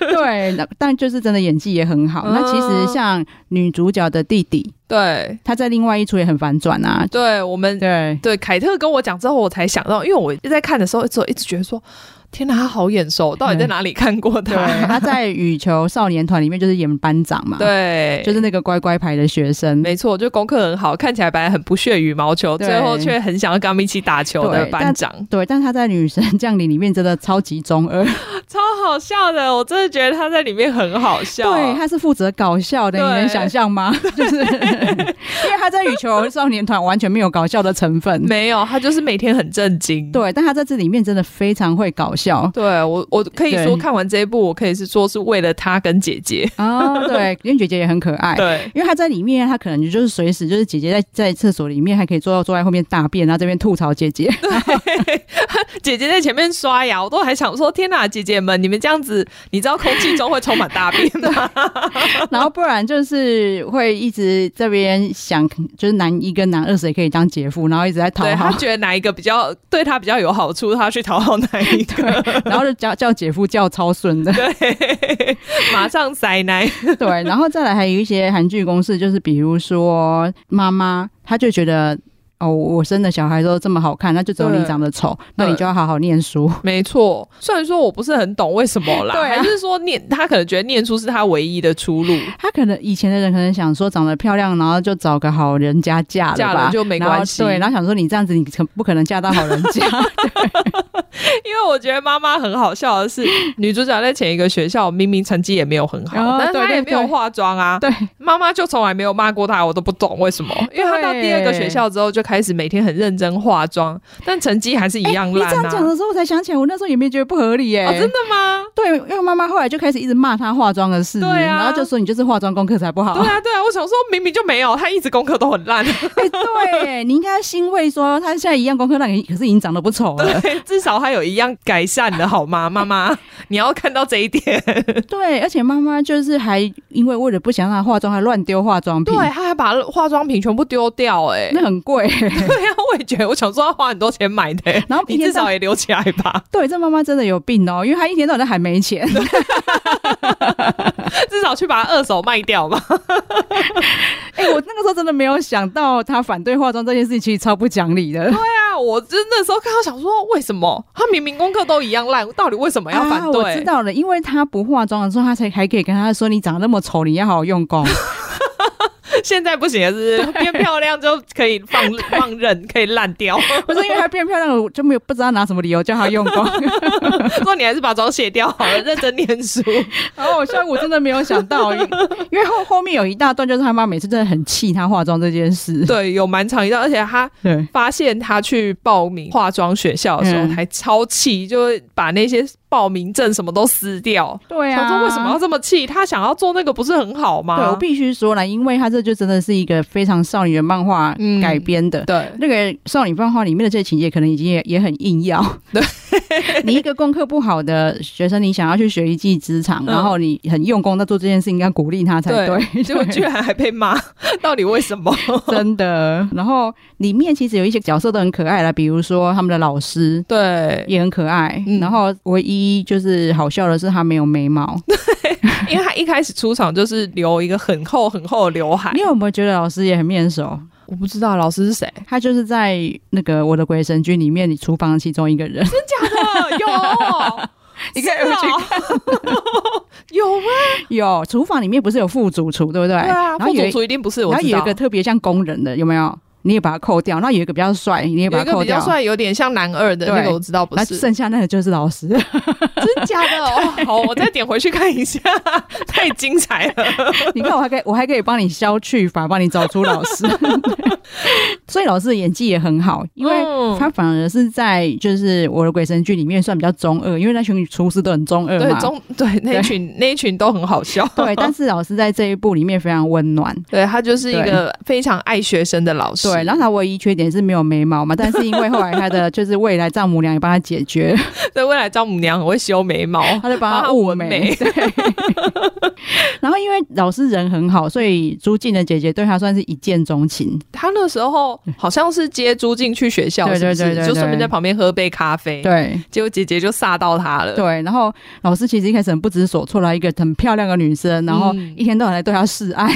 A: 对，那但就是真的演技也很好。那其实
B: 嗯
A: 像女主角的弟弟，
B: (laughs) 对
A: 他在另外一出也很反转啊。
B: 对，我们
A: 对，
B: 对凯特跟我讲之后，我才想到，因为我在看的时候，之后一直觉得说，天哪，他好眼熟，到底在哪里看过
A: 对，
B: 他？
A: 他在羽球少年团里面就是演班长嘛，，
B: (laughs) 对，
A: 就是那个乖乖牌的学生。
B: 没错，就功课很好，看起来本来很不屑羽毛球，
A: 对
B: 最后却很想要跟他们一起打球的
A: 对
B: 班长，
A: 对，但他在《女神降临》里面真的超级中二，
B: 超好笑的，我真的觉得他在里面很好 (laughs) 笑。啊
A: 对，他是负责搞笑的，
B: 对
A: 你能想象吗？
B: (laughs)
A: 就是因为他在羽球少年团完全没有搞笑的成分，
B: 没有，他就是每天很震惊。
A: 对，但他在这里面真的非常会搞笑
B: (laughs) 对我，我可以说
A: 对
B: 看完这一部，我可以是说是为了他跟姐
A: (laughs)
B: 姐。
A: 哦，对，因为姐姐也很可爱，
B: (laughs) 对，
A: 因为他在里面，他可能就是随时就是姐姐在在厕所里面还可以坐到坐在后面大便，然后这边吐槽姐姐，
B: 姐姐在前面刷牙，我都还想说，天哪，姐姐也们，你们这样子，你知道空气中会充满大便
A: (laughs)
B: 吗？ (laughs)
A: 然后不然就是会一直这边想，就是男一跟男二谁可以当姐夫，然后一直在讨
B: 对他
A: 好，
B: 觉得哪一个比较对他比较有好处，他去讨好哪一个，
A: (laughs) 然后就叫叫姐夫叫超顺
B: (laughs)
A: 的，
B: 对， (laughs) 马上塞奶。
A: 对，然后再来还有一些韩剧公式，就是比如说妈妈，她就觉得。哦，我生的小孩都这么好看，那就只有你
B: 对
A: 长得丑，那
B: 对
A: 你就要好好念书。
B: 没错，虽然说我不是很懂为什么啦，
A: 对啊
B: 还是说念他可能觉得念书是他唯一的出路，
A: 她可能以前的人可能想说长得漂亮，然后就找个好人家嫁了吧，
B: 嫁了就没
A: 然后
B: 关系啊
A: 对，然后想说你这样子，你可不可能嫁到好人
B: (laughs)
A: 家？
B: 因为我觉得妈妈很好笑的 (laughs) 是，女主角在前一个学校明明成绩也没有很好，
A: 哦
B: 但是她
A: 对
B: 也
A: 对
B: 没有
A: 对
B: 化妆啊。
A: 对，
B: 妈妈就从来没有骂过她，我都不懂为什么。因为她到第二个学校之后就开始每天很认真化妆，但成绩还是一样
A: 你
B: 烂
A: 这样
B: 啊。
A: 讲的时候，我才想起来，我那时候也没觉得不合理耶、
B: 哦，真的吗？
A: 对，因为妈妈后来就开始一直骂她化妆的事，
B: 对啊
A: 然后就说你就是化妆功课才不好。
B: 对啊，对啊，我想说明明就没有，她一直功课都很烂，
A: (laughs) 哎对你应该欣慰说她现在一样功课让你，可是已经长得不丑了。
B: (laughs) 对，至少她有一样改善的好吗？妈妈， (laughs) 你要看到这一点。
A: (laughs) 对，而且妈妈就是还因为为了不想让她化妆，还乱丢化妆品
B: 对，，她还把化妆品全部丢掉、欸，
A: (laughs) 那很贵。
B: (laughs)
A: (laughs)
B: 对啊，我也觉得，我想说要花很多钱买的、欸
A: 然后一
B: 你
A: 天
B: 至
A: 到
B: 少也留起来吧。
A: 对，这妈妈真的有病哦，因为她一天到晚在喊没钱。
B: (laughs) 至少去把二手卖掉吧。
A: (laughs) 哎、我那个时候真的没有想到她反对化妆这件事情，其实超不讲理的。
B: 对啊，我真的时候看到想说，为什么他明明功课都一样烂，到底为什么要反
A: 啊、我知
B: 对？
A: 道了，因为她不化妆的时候，她才还可以跟她说：“你长得那么丑，你要好好用功。”
B: (laughs) 现在不行了是不是变漂亮就可以 (laughs) 放放任，可以烂 (laughs) 掉。
A: 不是因为她变漂亮了，我就没有不知道拿什么理由叫她用
B: (laughs)
A: 功。
B: 说你还是把妆卸掉好了，认真念书。
A: 然后我像我真的没有想到，因因为后后面有一大段就是她妈每次真的很气她化妆这件事。
B: (laughs) 对，有蛮长一段，而且他
A: 对
B: 发现他去报名化妆学校的时候
A: 嗯
B: 还超气，就把那些报名证什么都撕掉。
A: 对啊，
B: 想说为什么要这啊么气？他想要做那个不是很
A: 对
B: 好
A: 我
B: 吗？
A: 必须说了，因为它这就真的是一个非常少女的漫画
B: 嗯
A: 改编的。
B: 对，
A: 那个少女漫画里面的这些情节，可能已经也也很硬要。
B: 对，
A: (laughs) 你一个功课不好的学生，你想要去学一技之长，
B: 嗯
A: 然后你很用功在做这件事，应该鼓励他才对。对
B: 结果居然还被骂，到底为什么？
A: (laughs)
B: (laughs)
A: 真的。然后里面其实有一些角色都很可爱啦，比如说他们的老师
B: 对，
A: 也很可爱。
B: 嗯
A: 然后唯一就是好笑的是他没有眉毛。
B: 因为他一开始出场就是留一个很厚很厚的刘海
A: 你，有没有觉得老师也很面熟？
B: 我不知道老师是谁，
A: 他就是在那个《我的鬼神君》里面，你厨房的其中一个
B: (laughs)
A: 人。
B: 真假的有，
A: (laughs) 你可以
B: 是
A: 回去
B: 哦有吗？
A: 有厨房里面不是有副主厨，对不对？
B: 对啊，
A: 然后
B: 副
A: 有
B: 主
A: 一
B: 厨一定不是，
A: 然
B: 我
A: 后
B: 知
A: 有一
B: 道
A: 个。特别像工人的，有没有？你也把它扣掉。然后有一个比较帅，你也
B: 有
A: 把
B: 一
A: 它
B: 个
A: 扣
B: 比较
A: 掉。
B: 帅，有点像男二的
A: 对
B: 那个，我知道不
A: 那
B: 是，
A: 剩下那个就是老师，
B: 真假
A: (laughs)
B: 的哦。好，我再点回去看一下，太精彩了。
A: (laughs) 你看我还可以，我还可以帮你消去法，帮你找出老师。 (laughs) 所以老师的演技也很好，因为
B: 嗯
A: 他反而是在就是我的鬼神剧里面算比较中二，因为那群厨师都很中二
B: 对
A: 嘛。
B: 中对那一
A: 对
B: 群那一群都很好笑，
A: 对，但是老师在这一部里面非常温暖，
B: 对他就是一个非常爱学生的老师。
A: 对，然后他唯一缺点是没有眉毛嘛，但是因为后来他的就是未来丈母娘也帮他解
B: (laughs)
A: 决，
B: 对未来丈母娘很会修眉毛，
A: 他就帮
B: 帮
A: 他
B: 他
A: 雾
B: 纹
A: 眉。
B: 眉
A: 对。 (laughs) 然后因为老师人很好，所以朱静的姐姐对他算是一见钟情。
B: (laughs) 他那时候好像是接朱进去学校，
A: 对
B: 是不
A: 对对对
B: 是？就顺
A: 对
B: 便在旁边喝杯咖啡。，
A: 对
B: 结果姐姐就煞到他了。
A: 对，然后老师其实一开始很不知所措啦，一个很漂亮的女生，然后
B: 嗯
A: 一天到晚来对她示爱，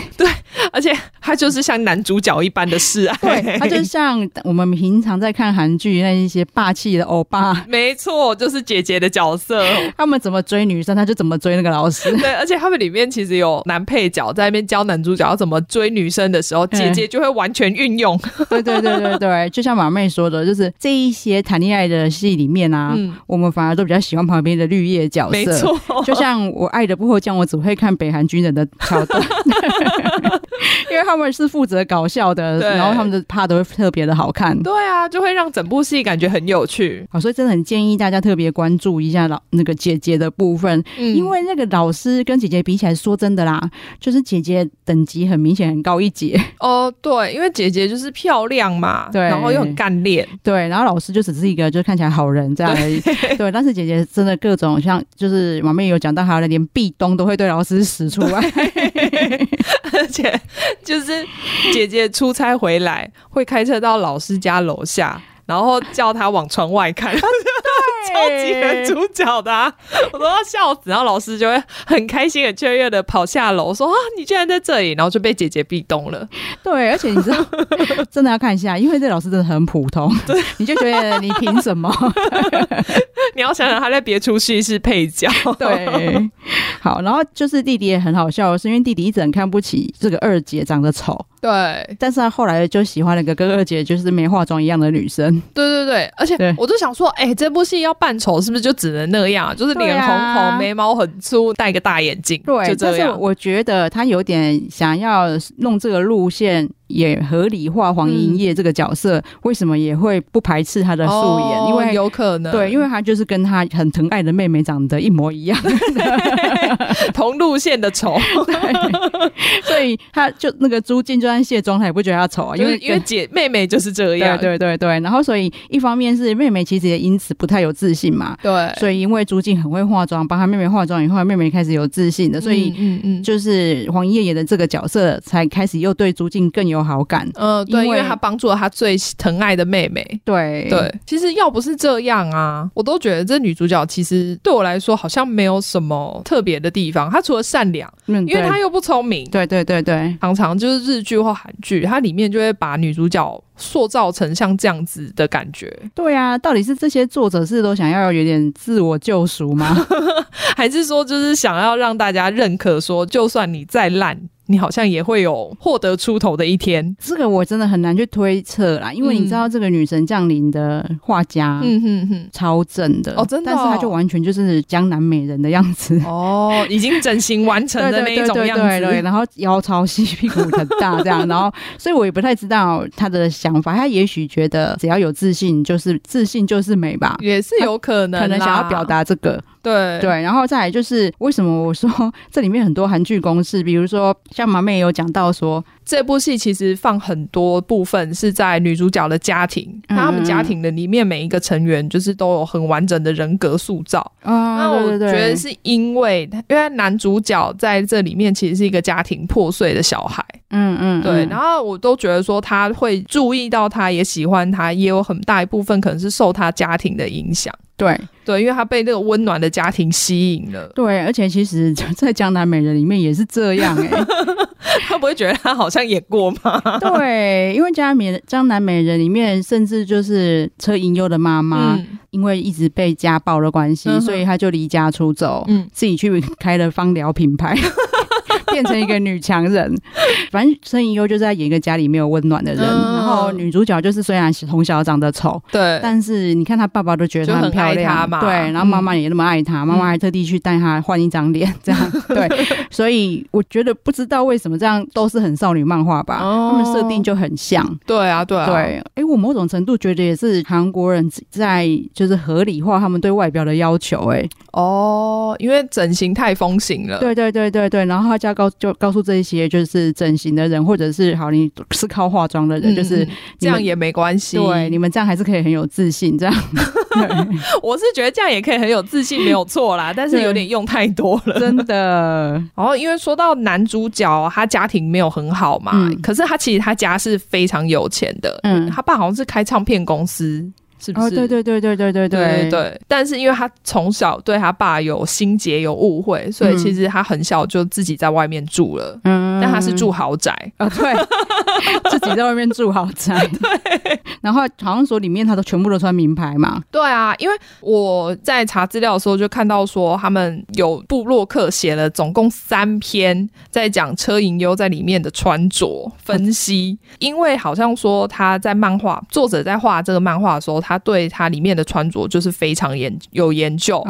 B: 而且他就是像男主角一般的示爱。
A: 对，她就像我们平常在看韩剧那一些霸气的欧巴，
B: (laughs) 没错，就是姐姐的角色。
A: 他们怎么追女生，她就怎么追那个老师。
B: 对，而且他们里面其实有男配角在那边教男主角要怎么追女生的时候，姐姐就会完全运用。
A: 对对对对对，就像马妹说的，就是这一些谈恋爱的戏里面啊，
B: 嗯，
A: 我们反而都比较喜欢旁边的绿叶角色。
B: 没错，
A: 就像我爱的不后将，我只会看北韩军人的桥段，因为他们是负责搞笑的，
B: 对
A: 然后他们的 part 都会特别的好看。
B: 对啊，就会让整部戏感觉很有趣。
A: 好，所以真的很建议大家特别关注一下老那个姐姐的部分，
B: 嗯
A: 因为那个老师跟姐姐比起来，说真的啦，就是姐姐等级很明显很高一截， (laughs)
B: 哦，对，因为姐姐就是漂亮嘛，
A: 对
B: 然后又很干练，
A: 对，然后老师就只是一个就是看起来好人这样而已，对，但是姐姐真的各种像就是马妹有讲到，还有连壁咚都会对老师使出来，
B: 而且就是姐姐出差回来会开车到老师家楼下，然后叫她往窗外看， (laughs) 超级男主角的、啊，我都要笑死。然后老师就会很开心、很雀跃的跑下楼说：“啊，你居然在这里！”然后就被姐姐壁咚了。
A: (laughs)
B: (laughs)
A: 对，而且你知道， (laughs) 真的要看一下，因为这老师真的很普通，对， (laughs) 你就觉得你凭什么？
B: 你要想想，他在别出戏是配角， (laughs)
A: 对，好，然后就是弟弟也很好笑，是因为弟弟一直很看不起这个二姐长得丑，
B: 对
A: 但是他后来就喜欢了一个跟二姐就是没化妆一样的女生，
B: 对对对，而且
A: 对
B: 我就想说，哎、这部戏要扮丑是不是就只能那样？就是
A: 对
B: 脸红红，
A: 啊
B: 眉毛很粗，戴个大眼镜，就
A: 对，但
B: 这
A: 是
B: 样。
A: 我觉得他有点想要弄这个路线，也合理化黄莹烨这个角色，为什么也会不排斥她的素颜？
B: 哦
A: 因为
B: 有可能
A: 对，因
B: 为
A: 为他就是跟他很疼爱的妹妹长得一模一样。
B: (laughs) 同路线的丑，
A: 对，所以他就那个朱静就算卸妆，他也不觉得她丑啊，因
B: (laughs) 因为
A: 为
B: 因为姐妹妹就是这
A: 对
B: 样，
A: 对对对，然后所以一方面是妹妹其实也因此不太有自信嘛，
B: 对，
A: 所以因为朱静很会化妆，帮她妹妹化妆以后，妹妹开始有自信的，所以
B: 嗯嗯嗯
A: 就是黄叶演的这个角色才开始又对朱静更有好感。
B: 嗯，对，因
A: 因为
B: 为他帮助了他最疼爱的妹妹。
A: 对
B: 对，其实要不是这样啊，我都觉得这女主角其实对我来说好像没有什么特别的地方。她除了善良，
A: 嗯，
B: 因为她又不聪明。
A: 对对对对对
B: 常常就是日剧或韩剧，它里面就会把女主角塑造成像这样子的感觉，
A: 对啊，到底是这些作者是都想要有点自我救赎吗？
B: 还是说就是想要让大家认可说，就算你再烂，你好像也会有获得出头的一天。
A: (laughs) 这个我真的很难去推测啦，因为你知道这个女神降临的画家。
B: 嗯哼哼，
A: 超正的
B: 哦真的哦
A: 但是她就完全就是江南美人的样子，
B: 哦，已经整形完成的那一种样子，
A: 对对对对对，然后腰超细， (laughs) 屁股很大这样，然后所以我也不太知道她的想法，她也许觉得只要有自信，就是自信就是美吧。
B: 也是有可能啦，
A: 可能想要表达这个，
B: 对
A: 对，然后再来就是为什么我说 (laughs) 这里面很多韩剧公式，比如说像马妹也有讲到说，
B: 这部戏其实放很多部分是在女主角的家庭，
A: 嗯
B: 那他们家庭的里面每一个成员就是都有很完整的人格塑造。
A: 啊、
B: 那我
A: 对对
B: 觉
A: 对
B: 得是因为，因为男主角在这里面其实是一个家庭破碎的小孩，
A: 嗯嗯，
B: 对，
A: 嗯
B: 然后我都觉得说他会注意到他，也喜欢他，也有很大一部分可能是受他家庭的影响。
A: 对
B: 对，因为他被那个温暖的家庭吸
A: (laughs)
B: 引了，
A: 对，而且其实，在《江南美人》里面也是这样哎、
B: (laughs) 他不会觉得他好像演过吗？
A: 对，因为《江南美人》《江南美人》里面，甚至就是车银优的妈妈，
B: 嗯
A: 因为一直被家暴的关系，
B: 嗯哼
A: 所以她就离家出走，
B: 嗯
A: 自己去开了芳疗品牌。 (laughs) 变成一个女强人，反正车银优就是在演一个家里没有温暖的人，
B: 嗯
A: 然后女主角就是虽然从小长得丑，
B: 对，
A: 但是你看她爸爸都觉得她
B: 就很
A: 漂亮，
B: 爱她嘛嗯
A: 对，然后妈妈也那么爱她，妈妈还特地去带她换一张脸，这样
B: (laughs)
A: 对，所以我觉得不知道为什么这样都是很少女漫画吧，
B: 哦
A: 他们设定就很像，
B: 对啊，对啊，
A: 对，哎、我某种程度觉得也是韩国人在就是合理化他们对外表的要求、哎，
B: 哦，因为整形太风行了。
A: 对对对对对，然后他就要告就告诉这些就是整形的人，或者是好你是靠化妆的
B: 嗯，
A: 人，就是
B: 嗯这样也没关系。
A: 对你们这样还是可以很有自信，这样对
B: 我是觉得这样也可以很有自信，没有
A: (laughs)
B: 错啦。但是有点用太多了。
A: 真的，
B: 然后，因为说到男主角，他家庭没有很好嘛，
A: 嗯
B: 可是他其实他家是非常有钱的，
A: (laughs) 嗯
B: 他爸好像是开唱片公司，是不是？
A: 哦，对对对对对对
B: 对对对。但是因为他从小对他爸有心结、有误会，所以
A: 嗯
B: 其实他很小就自己在外面住了，
A: 嗯
B: 但他是住豪宅，
A: 啊、对， (laughs) 自己在外面住豪 (laughs) 宅。然后好像说里面他都全部都穿名牌嘛，
B: 对啊，因为我在查资料的时候就看到说，他们有布洛克写了总共三篇在讲车银优在里面的穿着
A: 哦
B: 分析，因为好像说他在漫画作者在画这个漫画的时候，他对他里面的穿着就是非常研有研究。
A: 哦，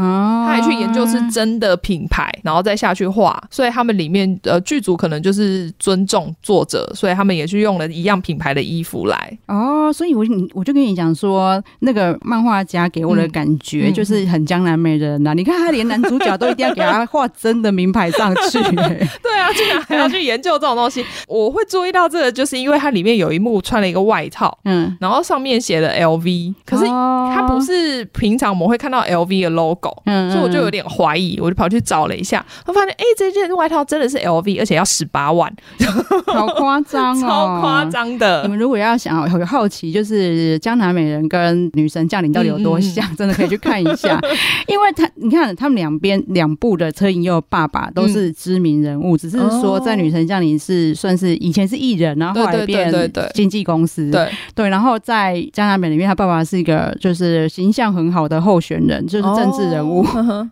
B: 他还去研究是真的品牌，然后再下去画，所以他们里面呃剧组可能就是尊重作者，所以他们也去用了一样品牌的衣服来，
A: 哦，所以我你我就跟你讲说，那个漫画家给我的感觉
B: 嗯嗯
A: 就是很江南美人呐、你看他连男主角都一定要给他画真的名牌上
B: (laughs)
A: 去、欸
B: 对啊，竟然还要去研究这种东西。我会注意到这个，就是因为它里面有一幕穿了一个外套，
A: 嗯，
B: 然后上面写了 LV，可是它
A: 他
B: 不，是平常我们会看到 LV 的 logo。
A: 嗯
B: 所以我就有点怀疑，我就跑去找了一下，我发现哎、这件外套真的是 LV，而且要十八万， (laughs)
A: 好嗯夸张哦，
B: 超夸。张
A: 你
B: (laughs) 的。
A: 们如果要想有好奇，就是江南美人跟女神降临到底有多像，
B: 嗯
A: 真的可以去看一
B: (laughs)
A: 下，因为他你看他们两边两部的车银佑爸爸都是知名人物，只是
B: 嗯
A: 说在女神降临是算是以前是艺人，然后后来
B: 对对
A: 变
B: 对对对
A: 经纪公司，
B: 对，
A: 对，然后在江南美里面，他爸爸是一个就是形象很好的候选人，就是政治人物。
B: 哦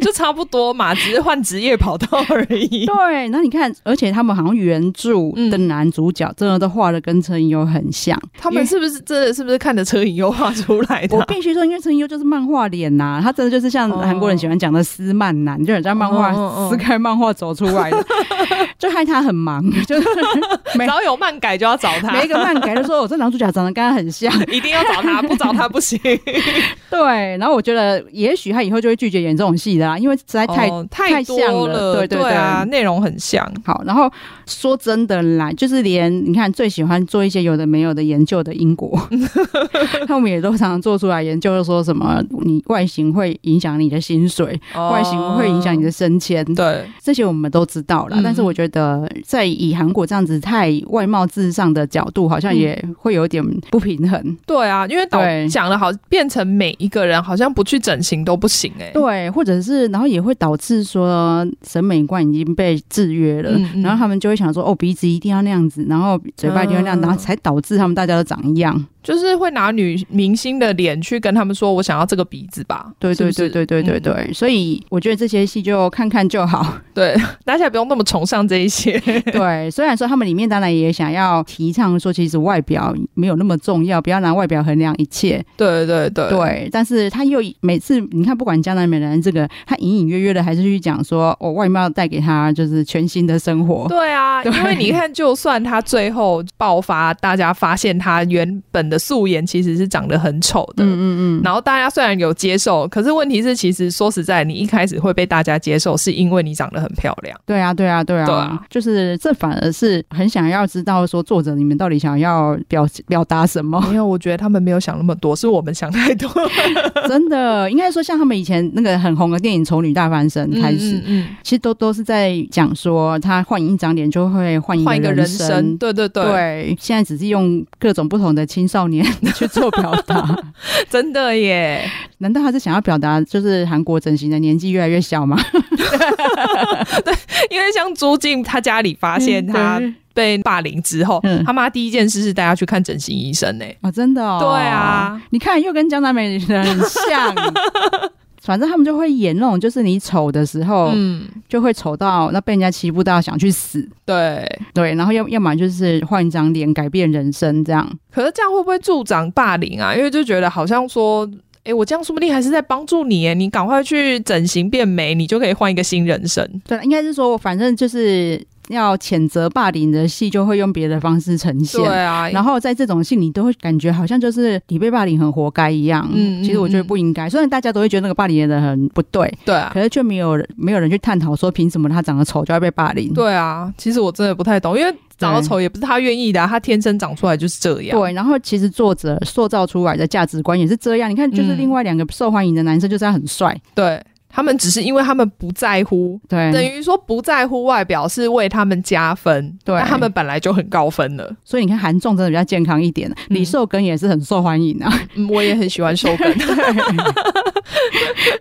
B: 就差不多嘛，只是换职业跑道而
A: (laughs) (laughs)
B: 已。
A: 对，那你看，而且他们好像原著的
B: 嗯
A: 男主角真的都画的跟陈优很像。
B: 他们是不是真的是不是看着车影优画出来
A: (laughs)
B: 的
A: 我
B: 啊？
A: 必须说，因为陈优就是漫画脸呐、他真的就是像
B: 哦
A: 韩国人喜欢讲的斯漫男，就人家漫画
B: 哦哦哦
A: 撕开漫画走出来的，就害他很忙，就是没
B: 只要有漫改就要找他，
A: 每一个漫改都说我这男主角长得跟他很像。 (laughs)
B: 一定要找他，不找他不行。
A: 对，然后我觉得也许他以后就会拒绝演这种戏的啦，因为实在太
B: 哦
A: 太
B: 多
A: 像了
B: 了，
A: 对对对
B: 啊，内容很像。
A: 好，然后说真的啦，就是连你看最喜欢做一些有的没有的研究的英
B: (laughs)
A: 国，他们也都常常做出来研究，就说什么你外形会影响你的薪水，
B: 哦
A: 外形会影响你的升迁，
B: 对，
A: 这些我们都知道啦。
B: 嗯
A: 但是我觉得在以韩国这样子太外貌至上的角度，好像
B: 嗯
A: 也会有点不平衡。
B: 对啊，因为导
A: 对
B: 讲了好，变成每一个人好像不去整形都不行哎、
A: 对，或者是然后也会导致说审美观已经被制约了，
B: 嗯嗯
A: 然后他们就会想说哦鼻子一定要那样子，然后嘴巴一定要那样，
B: 嗯
A: 然后才导致他们大家都长一样。
B: 就是会拿女明星的脸去跟他们说，我想要这个鼻子吧。
A: 对对
B: 是不
A: 对
B: 是
A: 对对对对，
B: 嗯
A: 所以我觉得这些戏就看看就
B: (laughs)
A: 好。
B: 对，大家也不用那么崇尚这一些。 (laughs)
A: 对，虽然说他们里面当然也想要提倡说，其实外表没有那么重要，不要拿外表衡量一切。
B: 对对对
A: 对，但是他又每次你看，不管江南美人这个，他隐隐约约的还是去讲说，我、外貌带给他就是全新的生活。
B: (laughs) 对啊，
A: 对
B: 因为你看，就算他最后爆发，大家发现他原本的素颜其实是长得很丑的，
A: 嗯嗯嗯，
B: 然后大家虽然有接受，可是问题是，其实说实在，你一开始会被大家接受，是因为你长得很漂亮。
A: 对啊，对啊，对啊，
B: 对啊
A: 就是这反而是很想要知道说作者你们到底想要表表达什么，
B: (laughs) (laughs) 没有，我觉得他们没有想那么多，是我们想 (laughs) 太多。
A: 真的应该说像他们以前那个很红的电影《丑女大翻身》开始，
B: 嗯，
A: 其实都都是在讲说他换一张脸就会换
B: 嗯
A: 一
B: 换一个
A: 个
B: 人
A: 生。
B: 生，对对对，
A: 对，现在只是用各种不同的青少年 (laughs) 去做表达。
B: 真的 (laughs) 耶。
A: 难道他是想要表达就是韩国整形的年纪越来越小吗？
B: 因为像朱静，她家里发现
A: 嗯
B: 她
A: 对
B: 被霸凌之后，
A: 嗯
B: 她妈第一件事是带她去看整形医生呢。
A: 哦，真的哦。
B: 对啊，
A: 你看又跟江南美人很
B: (laughs)
A: 像。反正他们就会演那种，就是你丑的时候，
B: 嗯，
A: 就会丑到那被人家欺负到想去死，
B: 对。
A: 对，然后要要么就是换一张脸改变人生这样。
B: 可是这样会不会助长霸凌啊？因为就觉得好像说，哎、我这样说不定还是在帮助你耶，你赶快去整形变美，你就可以换一个新人生。
A: 对，应该是说，我反正就是要谴责霸凌的戏，就会用别的方式呈现。
B: 对啊，
A: 然后在这种戏，你都会感觉好像就是你被霸凌很活该一样。
B: 嗯嗯
A: 其实我觉得不应该。虽然大家都会觉得那个霸凌的人很不对，
B: 对啊，
A: 可是却没有人没有人去探讨说凭什么他长得丑就要被霸凌。
B: 对啊，其实我真的不太懂，因为长得丑也不是他愿意的、啊，他天生长出来就是这样。
A: 对，然后其实作者塑造出来的价值观也是这样。你看，就是
B: 嗯
A: 另外两个受欢迎的男生，就是他很帅，
B: 对。他们只是因为他们不在乎，等
A: 对，
B: 于说不在乎外表是为他们加分，
A: 对
B: 但他们本来就很高分了。
A: 所以你看韩综真的比较健康一点，李寿根也是很受欢
B: (laughs)
A: 迎啊。
B: 嗯，我也很喜欢收根，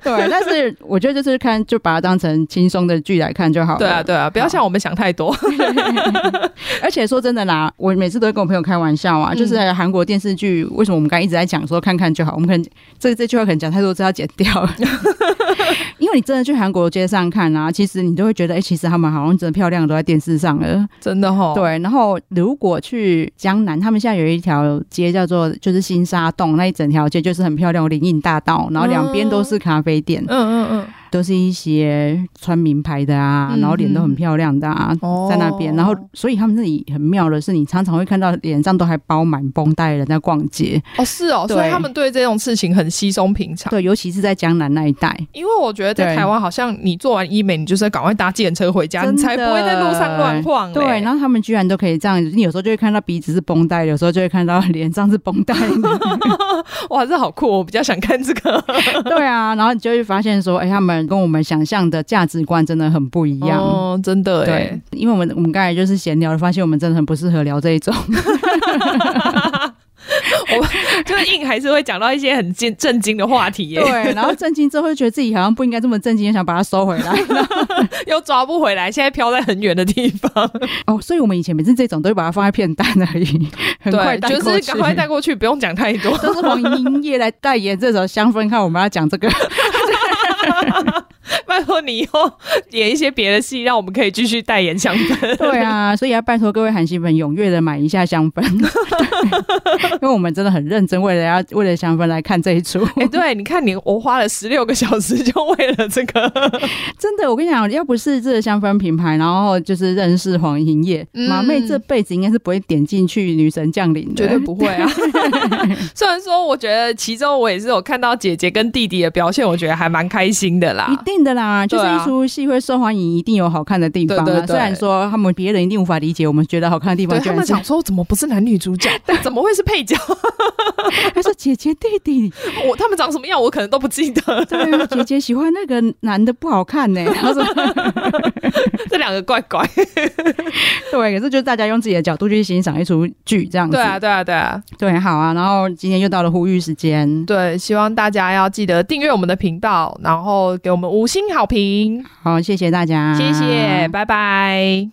A: 对，但是我觉得就是看，就把它当成轻松的剧来看就好了。
B: (laughs) 对啊，对啊，不要像我们想太多。 (laughs)
A: 而且说真的啦，我每次都会跟我朋友开玩笑啊，
B: 嗯
A: 就是韩国电视剧为什么我们刚刚一直在讲说看看就好，我们可能这这句话可能讲太多，这要剪掉了。 (laughs) 因为你真的去韩国街上看啊，其实你都会觉得，哎、其实他们好像真的漂亮，都在电视上了。
B: 真的哦哈、，
A: 对，然后如果去江南，他们现在有一条街叫做就是新沙洞，那一整条街就是很漂亮，林荫大道，然后两边
B: 哦
A: 都是咖啡店，
B: 嗯嗯嗯，
A: 都是一些穿名牌的啊，
B: 嗯
A: 然后脸都很漂亮的啊，
B: 哦
A: 在那边，然后所以他们那里很妙的是，你常常会看到脸上都还包满绷带的人在逛街，
B: (laughs) 哦是哦，所
A: 对
B: 以他们对这种事情很稀松平常。
A: 对，尤其是在江南那一带，
B: 因为我觉得在
A: 对
B: 台湾，好像你做完医美，你就是要赶快搭计程车回家，
A: 真的
B: 你才不会在路上乱晃欸嘞、
A: 对，然后他们居然都可以这样，你有时候就会看到鼻子是绷带，有时候就会看到脸上是绷带，
B: (laughs) 哇，这好酷、哦！我比较想看这个。
A: 对啊，然后你就会发现说，哎、他们跟我们想象的价值观真的很不 (laughs) 一样。
B: 哦，真的哎 (laughs)
A: 对。，因为我们我们刚才就是闲聊，发现我们真的很不适合聊这一
B: (laughs)
A: 种。
B: 就是硬还是会讲到一些很震震惊的话题耶、
A: 对，然后震惊之后就觉得自己好像不应该这么震惊，想把它收
B: (laughs)
A: 回来。
B: 又抓不回来，现在飘在很远的地方。
A: 哦，所以我们以前每次这种都会把它放在片段而已， (laughs) 很快
B: 对，
A: 带
B: 就
A: 过
B: 是
A: 去。
B: 赶快带过去，不用讲太
A: (laughs)
B: 多。
A: 都是黄莺叶来代言这首香氛，看我们要讲这个。
B: 拜托你以后演一些别的戏，让我们可以继续代言香氛。
A: (laughs) 对啊，所以要拜托各位韩星粉踊跃的买一下 (laughs) 香氛，因为我们真的很认真，为了要为了香氛来看这一出。
B: (laughs) 哎、对，你看你，我花了十六个小时就为了这个，
A: 真的，我跟你讲，要不是这个香氛品牌，然后就是认识黄莺叶，
B: 嗯
A: 马妹这辈子应该是不会点进去《女神降临》的，
B: (laughs) 绝对不会啊！ (laughs) 虽然说，我觉得其中我也是有看到姐姐跟弟弟的表现，我觉得还蛮开心的
A: 一
B: 啦。
A: 定的啦，就是
B: 对啊
A: 一出戏会受欢迎，一定有好看的地方啊。
B: 对对对
A: 虽然说他们别人一定无法理解我们觉得好看的地
B: 对
A: 方，居
B: 他
A: 然
B: 们
A: 是
B: 想说，怎么不是男女 (laughs) 主角？怎么会是配角？
A: (laughs) 他说姐姐弟弟，
B: 我他们长什么样，我可能都不记得。
A: 对啊，姐姐喜欢那个男的不好看呢、 (laughs) 然后说
B: 这两个怪怪。
A: 对，可是就是大家用自己的角度去欣赏一出剧这样子，
B: 对啊，对啊，对啊，
A: 对，好啊。然后今天又到了呼吁时间，
B: 对，希望大家要记得订阅我们的频道，然后给我们五星好评，
A: 好，谢谢大家，
B: 嗯谢谢，拜拜。